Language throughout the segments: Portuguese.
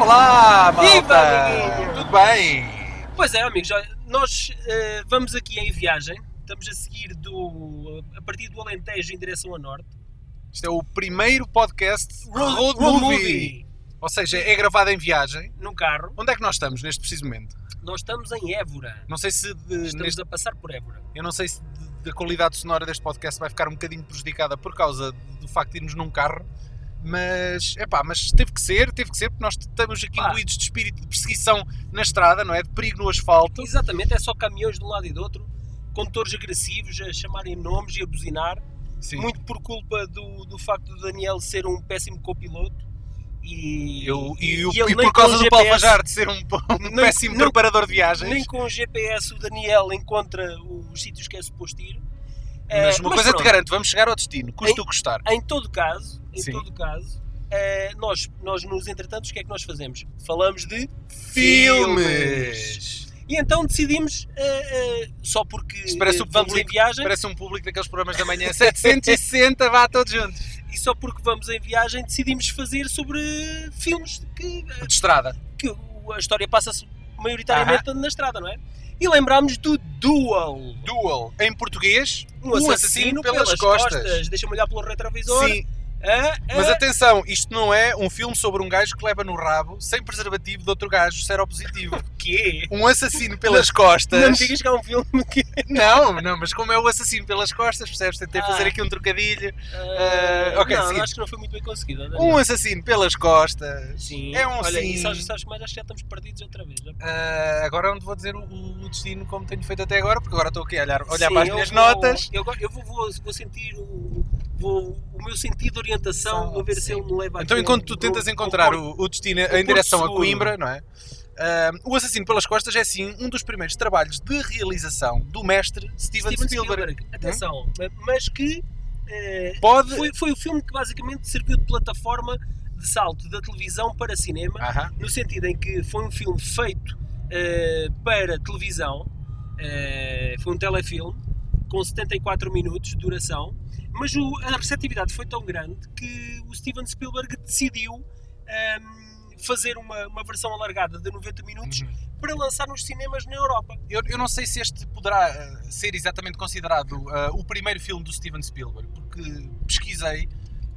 Olá, malta! Viva, amiguinho! Tudo bem? Pois é, amigos, olha, nós eh, vamos aqui em viagem. Estamos a seguir do, a partir do Alentejo em direção a Norte. Isto é o primeiro podcast Road, movie. Ou seja, é gravado em viagem. Num carro. Onde é que nós estamos neste preciso momento? Nós estamos em Évora. Não sei se de- Estamos neste- a passar por Évora. eu não sei se de- da qualidade sonora deste podcast vai ficar um bocadinho prejudicada por causa do facto de irmos num carro. Mas, é pá, mas teve que ser, teve que ser, porque nós estamos aqui Pá. imbuídos de espírito de perseguição na estrada, não é? De perigo no asfalto. Exatamente, é só caminhões de um lado e do outro, condutores agressivos a chamarem nomes e a buzinar. Sim. Muito por culpa do, do facto do Daniel ser um péssimo copiloto. E, Eu, e, e o- ele e nem por causa com do GPS Palfajar tá, de ser um, um Nem- péssimo nem- preparador de viagens. Nem com o GPS o Daniel encontra os sítios que é suposto ir. Eh, É, Mas uma coisa te pronto, garanto, vamos chegar ao destino, custa Em- o custar. Em todo caso, em Sim. todo caso, eh, nós, nós nos entretantos, o que é que nós fazemos? Falamos de E então decidimos, eh, eh, só porque Isto parece eh, o vamos em público- viagem, Parece um público daqueles programas da manhã. 760, vá todos juntos. e só porque vamos em viagem, decidimos fazer sobre filmes que, De estrada. que o- a história passa-se maioritariamente na estrada, não é? E lembrámos do Duel. Duel, em português, Um, Um assassino, assassino pelas, pelas costas. costas. Deixa-me olhar pelo retrovisor. sim. Ah, ah, Mas atenção, isto não é um filme sobre um gajo que leva no rabo, sem preservativo, de outro gajo seropositivo. quê? Um assassino pelas Não me costas. digas que há um filme que... Não, não, mas como é o assassino pelas costas, percebes? Tentei Ah. fazer aqui um trocadilho. Ah, ok, não, seguinte. acho que não foi muito bem conseguido. Daniel. Um assassino pelas costas. Sim. É um Olha, sim. e sabes, sabes que mais? Acho que já estamos perdidos outra vez. já. Ah, agora onde vou dizer o, o destino como tenho feito até agora, porque agora estou aqui a olhar, olhar Sim, para as eu minhas vou- notas. Eu, go- eu vou, vou, vou sentir o, vou- o meu sentido de orientação, Sim. vou ver se ele me leva Então, aqui enquanto ao- tu tentas ao- ao encontrar porto. o, o destino Porto em direção a Seguro. Coimbra, não é? Ah, o Assassino pelas Costas é sim um dos primeiros trabalhos de realização do mestre Steven, Steven Spielberg. né? Spielberg. Atenção, mas que eh, Pode. foi, foi o filme que basicamente serviu de plataforma de salto da televisão para cinema. Aham. no sentido em que foi um filme feito eh, para televisão, eh, foi um telefilme com 74 minutos de duração, mas o- a receptividade foi tão grande que o Steven Spielberg decidiu ehm, fazer uma, uma versão alargada de 90 minutos Uhum. para lançar nos cinemas na Europa. Eu, eu não sei se este poderá ah, ser exatamente considerado ah, o primeiro filme do Steven Spielberg, porque pesquisei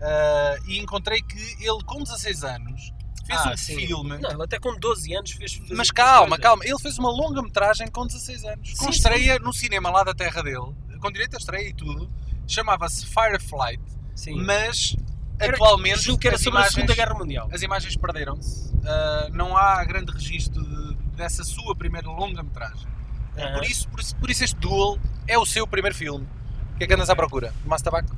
ah, e encontrei que ele, com 16 anos, fez Ah, um sim. filme. Não, ele até com 12 anos fez. fez Mas outra calma, coisa. calma, ele fez uma longa metragem com 16 anos, com Sim, estreia no cinema lá da terra dele, com direito a estreia e tudo, chamava-se Firefly, Sim. mas Era- atualmente Julgo que era as sobre imagens, a Segunda Guerra Mundial. as imagens perderam-se, Ah, não há grande registro de- dessa sua primeira longa metragem. Aham. É, Por, isso, por, isso, por isso este Duel é o seu primeiro filme. O que é que andas à procura? Fumaste tabaco?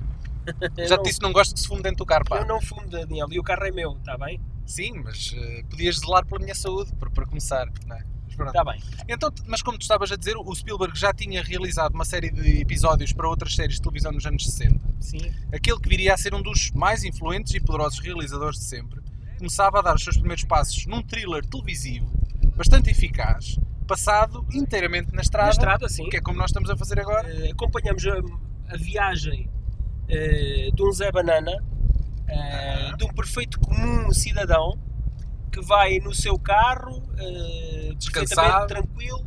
Eu Já não- te disse que não gosto que se fume dentro do carro, pá. Eu não fumo, Daniel, e o carro é meu, está bem? Sim, mas ah, podias zelar pela minha saúde, para, para começar, não é? Mas pronto. Está Tá bem. Então, mas como tu estavas a dizer, o Spielberg já tinha realizado uma série de episódios para outras séries de televisão nos anos 60. Sim. Aquele que viria a ser um dos mais influentes e poderosos realizadores de sempre, começava a dar os seus primeiros passos num thriller televisivo bastante eficaz, passado inteiramente na estrada, Na estrada, sim. que é como nós estamos a fazer agora. Eh, acompanhamos a, a viagem eh, de um Zé Banana, eh, de um perfeito comum cidadão que vai no seu carro, eh, Descansado. perfeitamente tranquilo,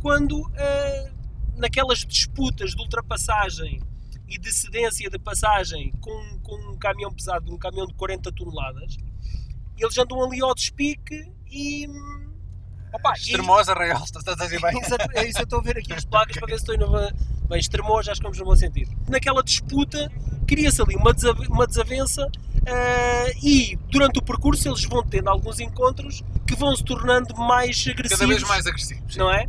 quando eh, naquelas disputas de ultrapassagem e de cedência de passagem com, com um caminhão pesado, um caminhão de 40 toneladas, eles andam ali ao despique e. hum, Opa, e- Extremosa Real, estás a dizer bem? Exato, é isso, eu estou a ver aqui as placas para ver se estou indo. a- Bem, extremou, já estamos no bom sentido. Naquela disputa, cria-se ali uma, desa- uma desavença eh, e durante o percurso eles vão tendo alguns encontros que vão se tornando mais agressivos. Cada vez mais agressivo. sim. Não é?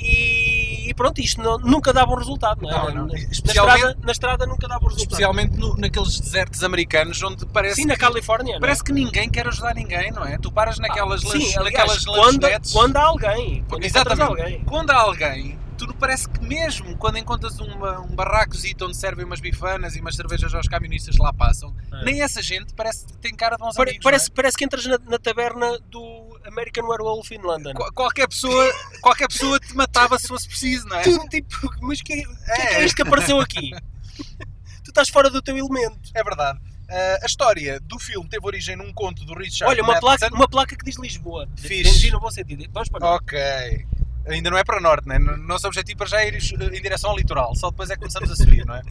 E, e pronto, isto não- nunca dá bom resultado, não é? Não, não. Na, na Especialmente- estrada, na estrada nunca dá bom resultado. Especialmente no- naqueles desertos americanos onde parece Sim, na que- Califórnia. não é? Ah, Parece que ninguém quer ajudar ninguém, não é? Tu paras naquelas, Sim, lan- aliás, naquelas quando, lanchonetes- quando há alguém. Quando encontras Exatamente. alguém. Quando há alguém, tu não parece que mesmo quando encontras uma- um barracozito onde servem umas bifanas e umas cervejas aos camionistas que lá passam, É. nem essa gente parece que tem cara de bons Pare- amigos. não é? parece, parece que entras na, na taberna do American Werewolf é? in London. Qual- qualquer, pessoa, qualquer pessoa te matava se fosse preciso, não é? tudo tipo, é mas que, que é que é isto que apareceu aqui? tu estás fora do teu elemento. É verdade. Eh, a história do filme teve origem num conto do Richard Olha, uma placa, Matheson. uma placa que diz Lisboa. é, Fixe. Entendi no bom sentido. Vamos para nós. Ok. Ainda não é para norte, né? O Nosso objetivo para já é ir eh, em direção ao litoral, só depois é que começamos a subir, não é?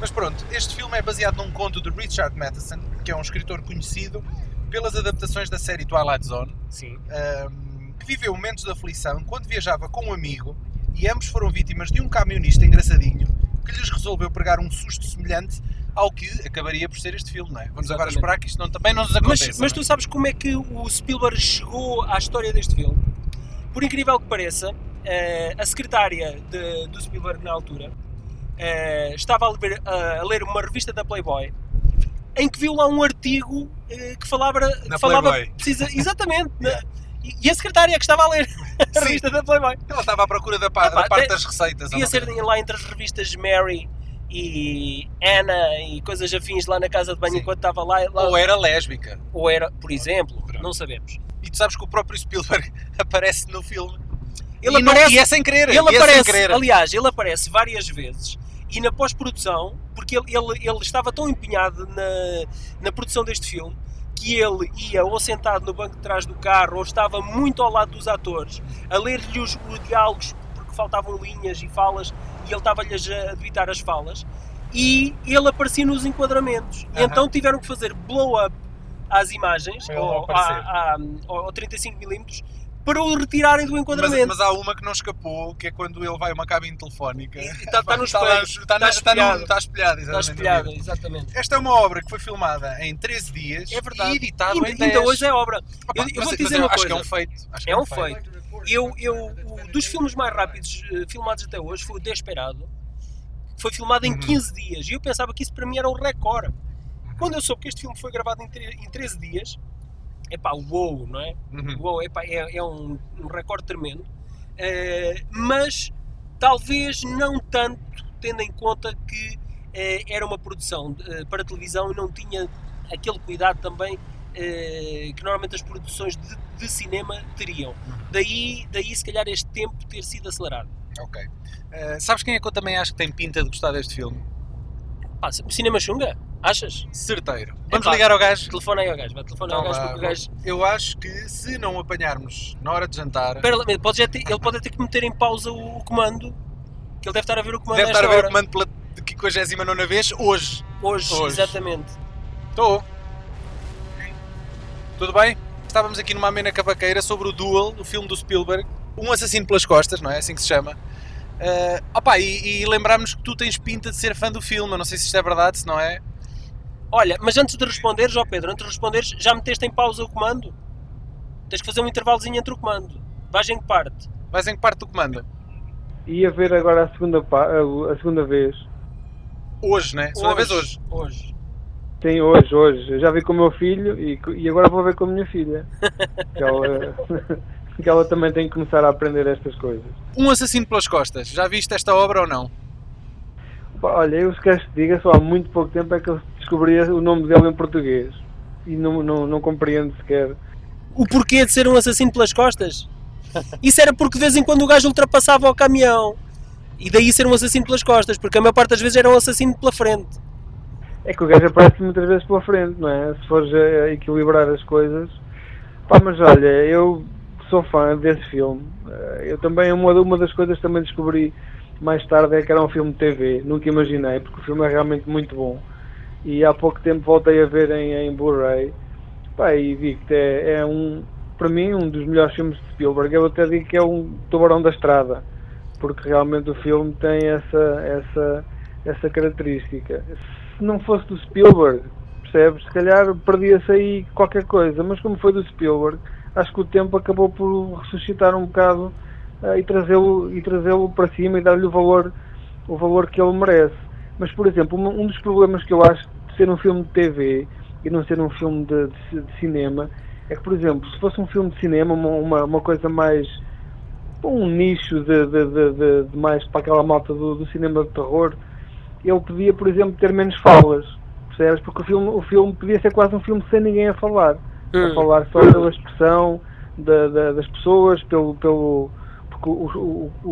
Mas pronto, este filme é baseado num conto de Richard Matheson, que é um escritor conhecido pelas adaptações da série Twilight Zone, Sim. ahm, que viveu momentos de aflição quando viajava com um amigo e ambos foram vítimas de um camionista engraçadinho que lhes resolveu pregar um susto semelhante ao que acabaria por ser este filme, não é? Vamos agora Exatamente. esperar que isto não, também não nos aconteça. Mas, mas não tu sabes como é que o Spielberg chegou à história deste filme? Por incrível que pareça, eh, a secretária de- do Spielberg na altura eh, estava a ler, a ler uma revista da Playboy em que viu lá um artigo eh, que falava. Na que falava Playboy. precisa- exatamente. na- e- e a secretária que estava a ler a Sim. revista da Playboy. é? Ela estava à procura da, pa- Ah, pá, da parte tem- das receitas. Devia ou ser não? lá entre as revistas Mary e Anna e coisas afins lá na casa de banho Sim. enquanto estava lá, lá- Ou é- era lésbica. ou era, por exemplo, Pronto. não sabemos. E tu sabes que o próprio Spielberg aparece no filme. Ele e, não- aparece- e é sem querer. e Ele é sem aparece, querer. aliás, ele aparece várias vezes e na pós-produção, porque ele, ele, ele estava tão empenhado na, na produção deste filme que ele ia ou sentado no banco de trás do carro ou estava muito ao lado dos atores a ler-lhe os, os diálogos porque faltavam linhas e falas e ele estava-lhes a debitar as falas e ele aparecia nos enquadramentos. E Aham. Então tiveram que fazer blow-up às imagens, Para ele ou, aparecer. à- à- ao 35mm, para o retirarem do Mas, enquadramento. mas há uma que não escapou, que é quando ele vai a uma cabine telefónica. Está tá no Está lá- espelho. está na- está Está no- espelhado. Tá está espelhado, Está exatamente. espelhada, exatamente. Esta é uma obra que foi filmada em 13 dias É verdade. e editada ainda, em 10. ainda hoje é obra. eu- eu mas- vou-te mas dizer eu uma acho coisa. que é um feito. Acho que É um feito. Eu, eu, o- dos filmes mais rápidos eh, filmados até hoje foi o Desperado. Foi filmado em Uhum. 15 dias e eu pensava que isso para mim era um recorde. Quando eu soube que este filme foi gravado em, tre- em 13 dias, é pá, uou, não é? Uhum. Uou, epá, é, é um, um recorde tremendo. Eh, mas talvez não tanto, tendo em conta que eh, era uma produção eh, para televisão e não tinha aquele cuidado também eh, que normalmente as produções de, de cinema teriam. Daí, daí, se calhar, este tempo ter sido acelerado. Ok. Eh, sabes quem é que eu também acho que tem pinta de gostar deste filme? Pá, o cinema chunga? Achas? Certeiro. Vamos Epá. ligar ao gajo. Telefona aí ao gajo, vai, telefona ao Então gajo vá, porque o vá. gajo. Eu acho que se não o apanharmos na hora de jantar, Espera lá, pode já ter- ele pode ter que meter em pausa o, o comando, que ele deve estar a ver o comando deve a esta estar a ver hora. o comando pela 59 vez hoje. Hoje, Hoje. exatamente. Estou. Tudo bem? Estávamos aqui numa amena cavaqueira sobre o Duel, o filme do Spielberg. Um assassino pelas costas, não é? Assim que se chama. Ah, opá, e, e lembrámos que tu tens pinta de ser fã do filme. Eu não sei se isto é verdade, se não é. Olha, mas antes de responderes, ó Pedro, antes de responderes, já meteste em pausa o comando? Tens que fazer um intervalozinho entre o comando. Vais em que parte? Vais em que parte do comando? Ia ver agora a segunda, pa- a a segunda vez. Hoje, né? Segunda vez hoje. Hoje. Sim, hoje, hoje. Eu já vi com o meu filho e, co- e agora vou ver com a minha filha. Que ela, que ela também tem que começar a aprender estas coisas. Um assassino pelas costas. Já viste esta obra ou não? Pá, olha, eu esqueço de diga, só há muito pouco tempo é que eu descobri o nome dele em português. E não, não, não compreendo sequer. O porquê de ser um assassino pelas costas? Isso era porque de vez em quando o gajo ultrapassava o caminhão. E daí ser um assassino pelas costas, porque a maior parte das vezes era um assassino pela frente. É que o gajo aparece muitas vezes pela frente, não é? Se fores a a equilibrar as coisas. Pá, mas olha, eu sou fã desse filme. Eh, Eu também, uma, uma das coisas que também descobri mais tarde é que era um filme de TV. Nunca imaginei, porque o filme é realmente muito bom. E há pouco tempo voltei a ver em, em Blu-ray. Pá, e digo que é, é um, para mim, um dos melhores filmes de Spielberg. Eu até digo que é um tubarão da estrada, porque realmente o filme tem essa, essa, essa característica. Se não fosse do Spielberg, percebes? Se calhar perdia-se aí qualquer coisa, mas como foi do Spielberg, acho que o tempo acabou por ressuscitar um bocado eh, e trazê-lo e trazê-lo para cima e dar-lhe o valor o valor que ele merece. Mas por exemplo, um, um dos problemas que eu acho de ser um filme de TV e não ser um filme de, de ci- de cinema é que, por exemplo, se fosse um filme de cinema, uma, uma, uma coisa mais um nicho de, de- de- de- de mais para aquela malta do, do cinema de terror, ele podia, por exemplo, ter menos falas, percebes? Porque o filme, o filme podia ser quase um filme sem ninguém a falar a falar só pela expressão da- da- das pessoas, pelo. pelo porque o, o, o,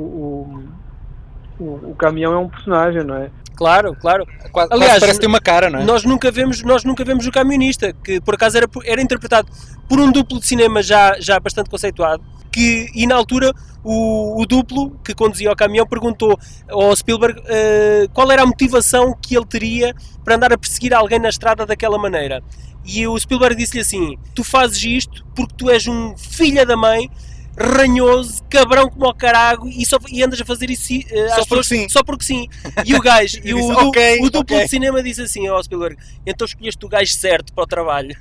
o, o- o caminhão é um personagem, não é? Claro, claro. Quase, Aliás, quase parece ter uma cara, não é? Nós nunca vemos, nós nunca vemos o Camionista, que por acaso era, era interpretado por um duplo de cinema já, já bastante conceituado, que, e na altura o, o duplo que conduzia o caminhão perguntou ao Spielberg eh, qual era a motivação que ele teria para andar a perseguir alguém na estrada daquela maneira. E o Spielberg disse-lhe assim: Tu fazes isto porque tu és um filho da mãe, ranhoso, cabrão como o carago, e, só, e andas a fazer isso eh, às Só porque pessoas sim." só porque sim. E o gajo, e Eu o, disse, du- "Ok, o duplo ok." de cinema disse assim ao Spielberg: Então escolheste o gajo certo para o trabalho.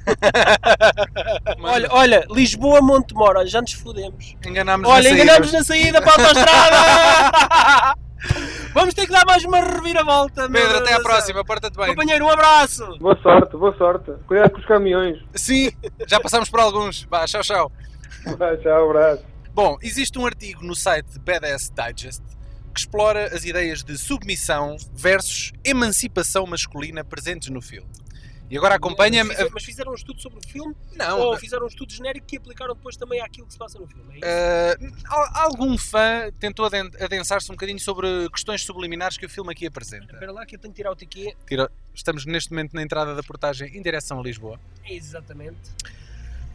olha, olha, Lisboa-Montemor, olha, já nos fodemos. Enganámos na Olha, saída. enganamos na saída para a autostrada! Vamos ter que dar mais uma reviravolta. meu Pedro, Deus até à do céu. próxima, porta-te bem. Companheiro, um abraço! Boa sorte, boa sorte. Cuidado com os caminhões. Sim, já passamos por alguns. Vá, tchau, tchau. Vai, Tchau, abraço. Bom, existe um artigo no site Badass Digest que explora as ideias de submissão versus emancipação masculina presentes no filme. E agora acompanha-me. Mas fizeram- Mas fizeram um estudo sobre o filme Não, ou fizeram um estudo genérico que aplicaram depois também àquilo que se passa no filme? É isso? eh, al- algum fã tentou aden- adensar-se um bocadinho sobre questões subliminares que o filme aqui apresenta. Espera lá que eu tenho que tirar o tiquê. Tira- Estamos neste momento na entrada da portagem em direção a Lisboa. É, Exatamente.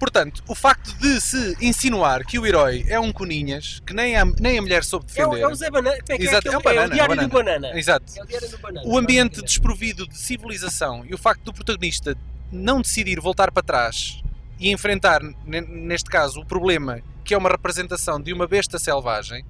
Portanto, o facto de se insinuar que o herói é um coninhas, que nem a, nem a mulher soube É o, defender. é o Zé Banana. Como é que é Exato, aquele- é um banana, o é Diário um do Banana. Exato. É o Diário do Banana. O ambiente basicamente. desprovido de civilização e o facto do protagonista não decidir voltar para trás e enfrentar, ne- neste caso, o problema que é uma representação de uma besta selvagem,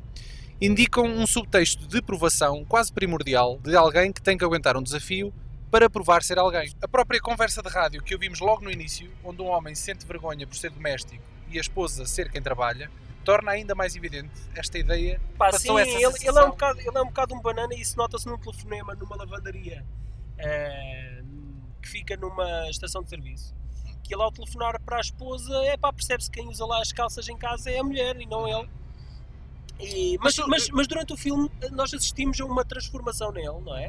indicam um subtexto de provação quase primordial de alguém que tem que aguentar um desafio para provar ser alguém. A própria conversa de rádio que ouvimos logo no início, onde um homem sente vergonha por ser doméstico e a esposa ser quem trabalha, torna ainda mais evidente esta ideia Pá, Passou sim, essa ele, ele é sensação. um bocado, ele é um bocado um banana e isso nota-se num telefonema, numa lavandaria eh, que fica numa estação de serviço. Que ele, ao telefonar para a esposa, é pá, percebe-se que quem usa lá as calças em casa é a mulher e não ele. E- Mas mas, tu- mas, mas durante o filme, eh, nós assistimos a uma transformação nele, não é?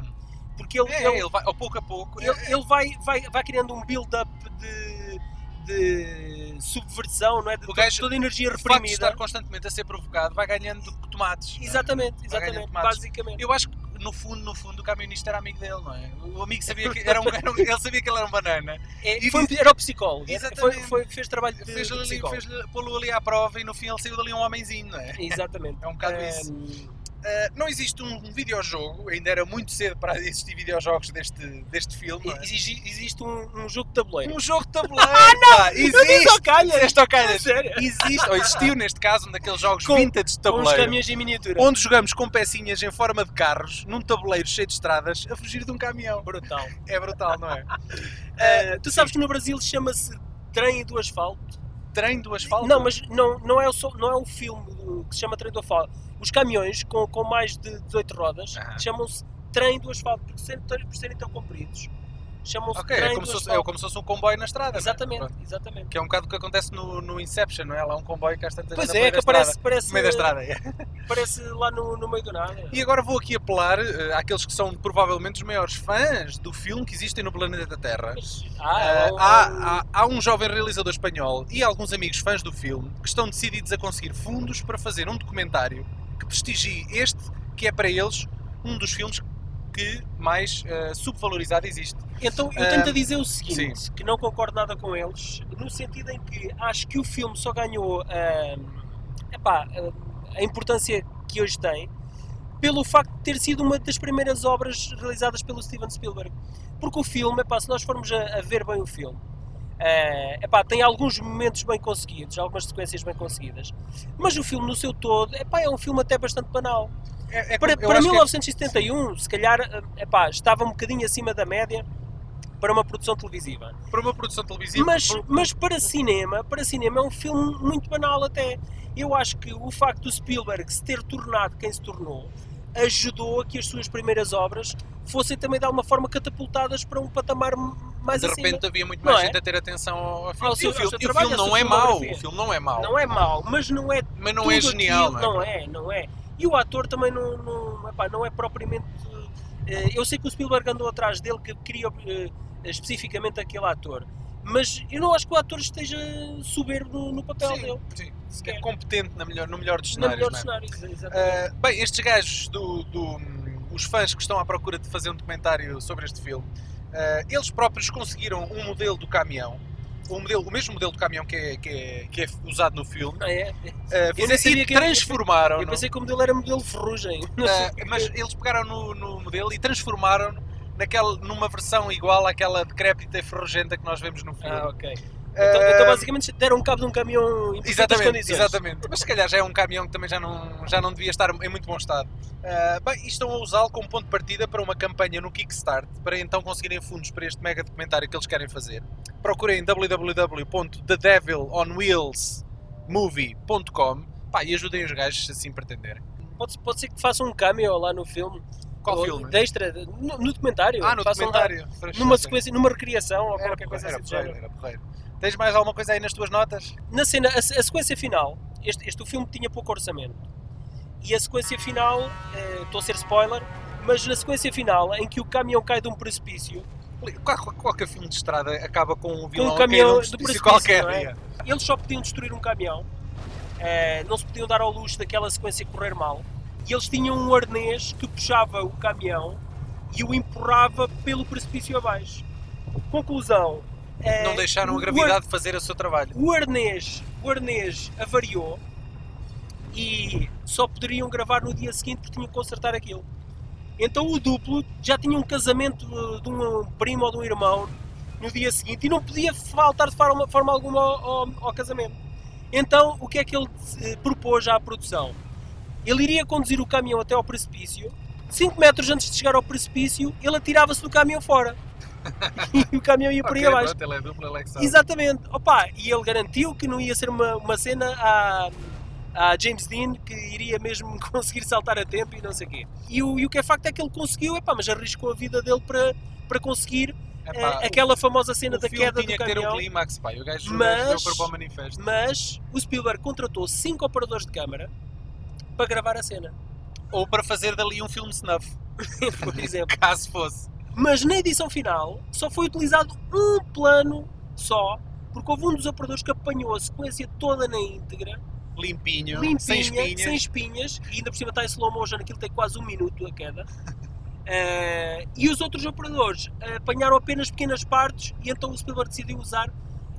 Porque ele, É, ele- ele vai, ao pouco a pouco. é- ele, ele vai, vai, vai criando um build-up de, de subversão, não é? De O gajo- toda a energia o facto de reprimida. estar constantemente a ser provocado vai ganhando tomates. não é? Exatamente, Vai ganhando exatamente, tomates. basicamente. Eu acho que no fundo, no fundo, o camionista era amigo dele, não é? O amigo sabia que era um, era um- ele sabia que ele era um banana. É, E foi um- era o psicólogo. era- Exatamente. Foi, foi- fez trabalho de, Fez-lhe de ali- psicólogo. fez-lhe pô-lo ali à prova e no fim ele saiu dali um homenzinho, não é? Exatamente. É um bocado Ahm, isso. Ah, não existe um, um videojogo, ainda era muito cedo para existir videojogos deste, deste filme, não é? exi- existe um, um jogo de tabuleiro. Um jogo de tabuleiro! ah, não! Existe! Só calha! Disseste ao calhas. É Sério? Existe, ou existiu neste caso, um daqueles jogos Com- vintage de Com os tabuleiro. caminhões em miniatura. onde jogamos com pecinhas em forma de carros, num tabuleiro cheio de estradas, a fugir de um caminhão. Brutal. É brutal, não é? Ah, tu sabes que no Brasil chama-se Trem do Asfalto? Trem do asfalto. Não, mas não, não, é o só- não é o filme do- que se chama Trem do Asfalto. Os caminhões com, com mais de 18 rodas Aham. chamam-se Trem do Asfalto, porque sendo- por serem tão compridos, chamam-se Ok, Trem é como, do se fosse, Asfalto. é como se fosse um comboio na estrada. não é? Exatamente, Pronto. exatamente. Que é um bocado o que acontece no, no Inception, não é? Lá um comboio que às tantas Pois anda no é, meio que da aparece, estrada. parece, No meio da estrada, é. aparece lá no, no meio do nada. E agora vou aqui apelar eh, àqueles que são provavelmente os maiores fãs do filme que existem no planeta Terra. Mas- Ah, Ah, o- há, há- há um jovem realizador espanhol e alguns amigos fãs do filme que estão decididos a conseguir fundos para fazer um documentário que prestigie este, que é para eles um dos filmes que mais eh, subvalorizado existe. Então eu Ah, tento dizer o seguinte, que não concordo nada com eles, no sentido em que acho que o filme só ganhou ah, epá, ah, a importância que hoje tem pelo facto de ter sido uma das primeiras obras realizadas pelo Steven Spielberg. Porque o filme, epá, se nós formos a, a ver bem o filme, ah, epá, tem alguns momentos bem conseguidos, algumas sequências bem conseguidas, mas o filme no seu todo epá, é um filme até bastante banal. É- é para, como- eu para acho que é- 1971, se calhar, eh, epá, estava um bocadinho acima da média para uma produção televisiva. é para uma produção televisiva. mas, por- mas para cinema, para cinema é um filme muito banal até. Eu acho que o facto do Spielberg se ter tornado quem se tornou ajudou a que as suas primeiras obras fossem também de alguma forma catapultadas para um patamar m- mais de acima. repente havia muito Não mais é? gente a ter atenção ao, ao filme. Ao e o seu- ao filme, seu e o trabalho, filme à sua não é mau, filmografia. o filme não é mau, Não é mau, mas não é mas não tudo é genial, aquilo- não é? não é? Não é, E o ator também não, não, epá, não é propriamente. eh, Eu sei que o Spielberg andou atrás dele, que queria eh, especificamente aquele ator, mas eu não acho que o ator esteja soberbo no, no papel dele. Sim, sim. sequer. É competente na melhor, no melhor dos Então, Na cenários. melhor não é? cenário, Ah, exatamente. bem, estes gajos do, do, os fãs que estão à procura de fazer um documentário sobre este filme, eh, eles próprios conseguiram um modelo do caminhão, um modelo, o mesmo modelo do caminhão que é, que é, que é usado no filme, Ah, eh, é? Eu nem fizeram- sabia e que era- transformaram. Eu pensei que o modelo era modelo ferrugem. eh, mas eles pegaram no, no modelo e transformaram naquela numa versão igual àquela decrépita e ferrugenta que nós vemos no filme. Ah, ok. Eh, Então, então basicamente deram cabo de um caminhão em perfeitas Exatamente, condições. exatamente. Mas se calhar já é um caminhão que também já não, já não devia estar em muito bom estado. Ah, bem, e estão a usá-lo como ponto de partida para uma campanha no Kickstart, para então conseguirem fundos para este mega documentário que eles querem fazer. Procurem www.thedevilonwheelsmovie.com Pá, e ajudem os gajos se assim pretenderem. Pode, pode ser que façam um cameo lá no filme. Qual Ou filme? De extra, de- no, no documentário. Ah, no Oh, Façam lá documentário. Numa sequência, numa recriação ou Era qualquer coisa era assim. do porreiro, género. era porreiro. Tens mais alguma coisa aí nas tuas notas? Na cena, a, se- a sequência final, este, este o filme tinha pouco orçamento. E a sequência final, eh, estou a ser spoiler, mas na sequência final, em que o caminhão cai de um precipício, Qual- qual- Qualquer filme de estrada acaba com um vilão a cair caminhão num do precipício precipício, qualquer não é? dia. eles só podiam destruir um caminhão, eh, não se podiam dar ao luxo daquela sequência correr mal, e eles tinham um arnês que puxava o caminhão e o empurrava pelo precipício abaixo. Conclusão: eh, não deixaram o a ar- gravidade fazer É, o seu trabalho. O arnês, o arnês avariou e só poderiam gravar no dia seguinte porque tinham que consertar aquilo. Então o duplo já tinha um casamento eh, de um primo ou de um irmão no dia seguinte e não podia faltar de forma, forma alguma ao, ao- ao casamento. Então o que é que ele eh, propôs à produção? Ele iria conduzir o caminhão até ao precipício. 5 metros antes de chegar ao precipício, ele atirava-se do caminhão fora. e o caminhão ia por aí abaixo. ele é duplo, ele é que sabe. Exatamente. Opa, e ele garantiu que não ia ser uma, uma cena a, a James Dean que iria mesmo conseguir saltar a tempo e não sei o quê. E o, e o que é facto é que ele conseguiu, epá, mas arriscou a vida dele para, para conseguir Epá, eh, aquela famosa o- cena o da filme queda tinha do que ter um caminhão. clímax, pá. e O gajo Mas- deu o corpo ao manifesto. mas o Spielberg contratou cinco operadores de câmara para gravar a cena, Ou para fazer dali um filme snuff, por exemplo. caso fosse. Mas na edição final só foi utilizado um plano só, porque houve um dos operadores que apanhou a sequência toda na íntegra Limpinho, limpinha, sem espinhas. sem espinhas, e ainda por cima está em slow motion, aquilo tem quase um minuto a queda. Eh, e os outros operadores eh, apanharam apenas pequenas partes e então o Spielberg decidiu usar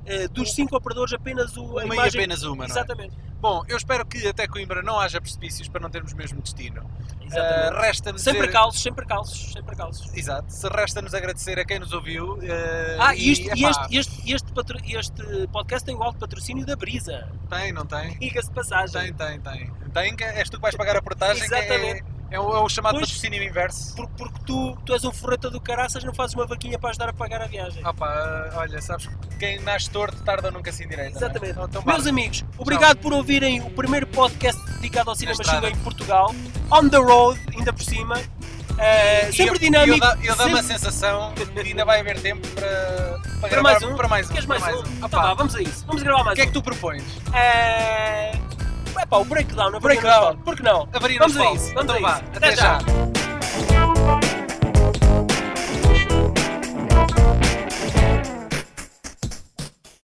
eh, dos cinco operadores apenas o, Uma a e imagem. apenas uma, não é? Exatamente. Bom, eu espero que até Coimbra não haja precipícios para não termos o mesmo destino. Exatamente. Ah, resta-me Eh, sem dizer... percalços, sem percalços, sem percalços. Exato. Se resta-nos agradecer a quem nos ouviu. eh, Ah, e este, e epá, este, este, este, patro- este podcast tem o alto patrocínio da Brisa. Tem, não tem? Diga-se de passagem. Tem, tem, tem. Tem, que és tu que vais pagar a portagem, que é, Exatamente. é o, é o chamado Pois. patrocínio inverso. Por- porque tu, tu és um forreta do caraças, não fazes uma vaquinha para ajudar a pagar a viagem. Ah pá, olha, sabes que quem nasce torto tarda nunca se endireita. não é? Exatamente. Então, vá. Meus amigos, obrigado por ouvirem o primeiro podcast dedicado ao cinema estrada. chileno em Portugal. On the road, ainda por cima. Eh, E sempre eu- dinâmico. Eu, dá- eu dou-me a sempre- sensação que ainda vai haver tempo para, para, Para gravar- mais um? Para mais um. Queres para mais um? Ah, Ah, pá, pá, vamos a isso. Vamos gravar o mais que é um. que tu propões? Eh, epá, o breakdown. a Breakdown. Por que não? Avaria Vamos nos a palcos. isso. Vamos então a vá, isso. até já.